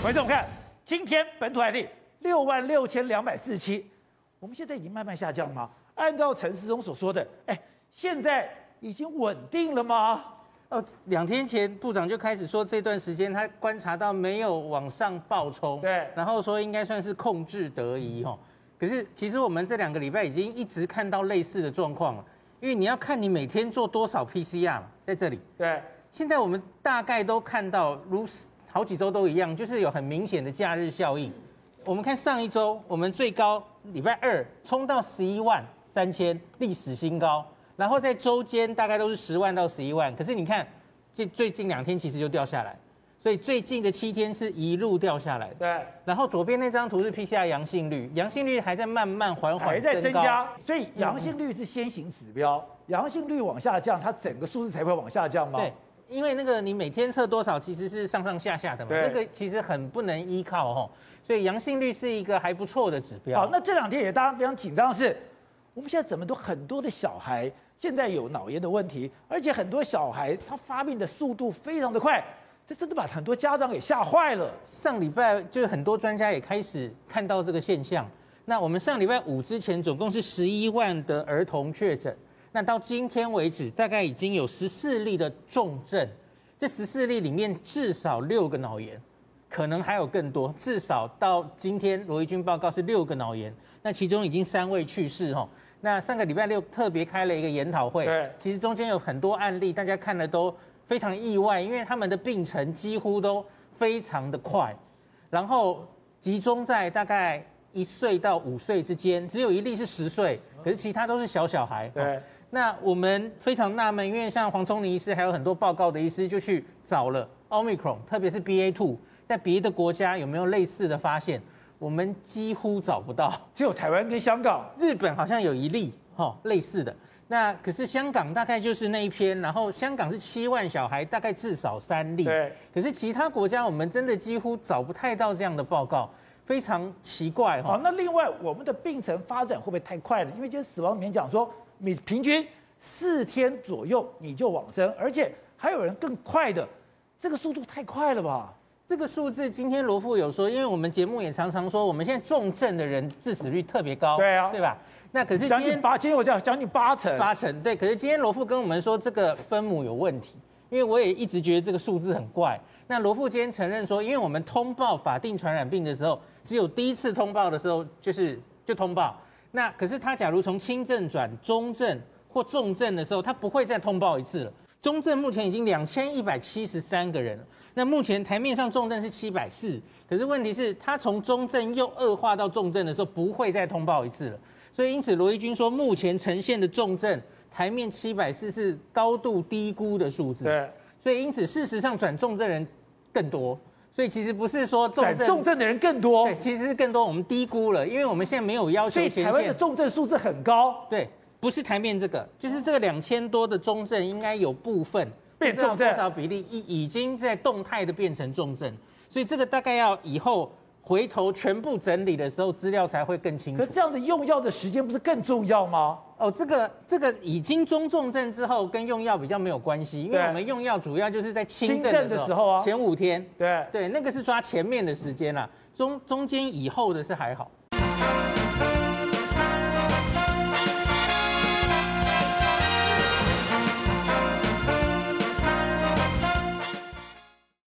观众看，今天本土案例六万六千两百四十七，我们现在已经慢慢下降吗？按照陈世忠所说的，哎，现在已经稳定了吗？呃，两天前部长就开始说，这段时间他观察到没有往上暴冲，对然后说应该算是控制得宜哦。可是其实我们这两个礼拜已经一直看到类似的状况了，因为你要看你每天做多少 PCR 嘛在这里。对，现在我们大概都看到，如好几周都一样，就是有很明显的假日效应。我们看上一周，我们最高礼拜二冲到十一万三千，历史新高，然后在周间大概都是十万到十一万。可是你看，这最近两天其实就掉下来，所以最近的七天是一路掉下来的。对，然后左边那张图是 PCR 阳性率，阳性率还在慢慢缓缓还在增嗯升高加，所以阳性率是先行指标，阳性率往下降，它整个数字才会往下降吗？对，因为那个你每天测多少其实是上上下下的嘛，对那个其实很不能依靠哦，所以阳性率是一个还不错的指标。好，那这两天也大家非常紧张的是，我们现在怎么都很多的小孩现在有脑炎的问题，而且很多小孩他发病的速度非常的快，这真的把很多家长给吓坏了。上礼拜就是很多专家也开始看到这个现象。那我们上礼拜五之前总共是十一万的儿童确诊，那到今天为止大概已经有十四例的重症，这十四例里面至少六个脑炎，可能还有更多，至少到今天罗伊军报告是六个脑炎，那其中已经三位去世哈。那上个礼拜六特别开了一个研讨会，对其实中间有很多案例，大家看了都非常意外，因为他们的病程几乎都非常的快，然后集中在大概一岁到五岁之间，只有一例是十岁，可是其他都是小小孩。对那我们非常纳闷，因为像黄聪林医师还有很多报告的医师就去找了 Omicron，特别是 BA.2，在别的国家有没有类似的发现？我们几乎找不到。只有台湾跟香港日本好像有一例哈、哦、类似的，那可是香港大概就是那一篇，然后香港是七万小孩，大概至少三例。对，可是其他国家我们真的几乎找不太到这样的报告，非常奇怪哈、哦好，那另外我们的病程发展会不会太快了？因为今天死亡里面讲说，你平均四天左右你就往生，而且还有人更快的，这个速度太快了吧？这个数字今天罗富有说，因为我们节目也常常说，我们现在重症的人致死率特别高，对啊对吧？那可是今将天近八，今天我讲将近八成，八成对。可是今天罗富跟我们说这个分母有问题，因为我也一直觉得这个数字很怪。那罗富今天承认说，因为我们通报法定传染病的时候，只有第一次通报的时候就是就通报。那可是他假如从轻症转中症或重症的时候，他不会再通报一次了。中症目前已经两千一百七十三个人了，那目前台面上重症是七百四，可是问题是，他从中症又恶化到重症的时候，不会再通报一次了。所以因此，罗伊军说，目前呈现的重症台面七百四是高度低估的数字。对，所以因此，事实上转重症人更多。所以其实不是说重转症，重症的人更多对，，其实是更多我们低估了，因为我们现在没有要求所以前台线。湾的重症数字很高，对，不是台面这个，就是这个两千多的重症，应该有部分变重症不知道多少比例已已经在动态的变成重症，所以这个大概要以后回头全部整理的时候，资料才会更清可楚是。这样子用药的时间不是更重要吗？哦，这个这个已经中重症之后，跟用药比较没有关系，因为对我们用药主要就是在轻轻症症的的时时候候啊前五天，对，对，那个是抓前面的时间啦，中中间以后的是还好。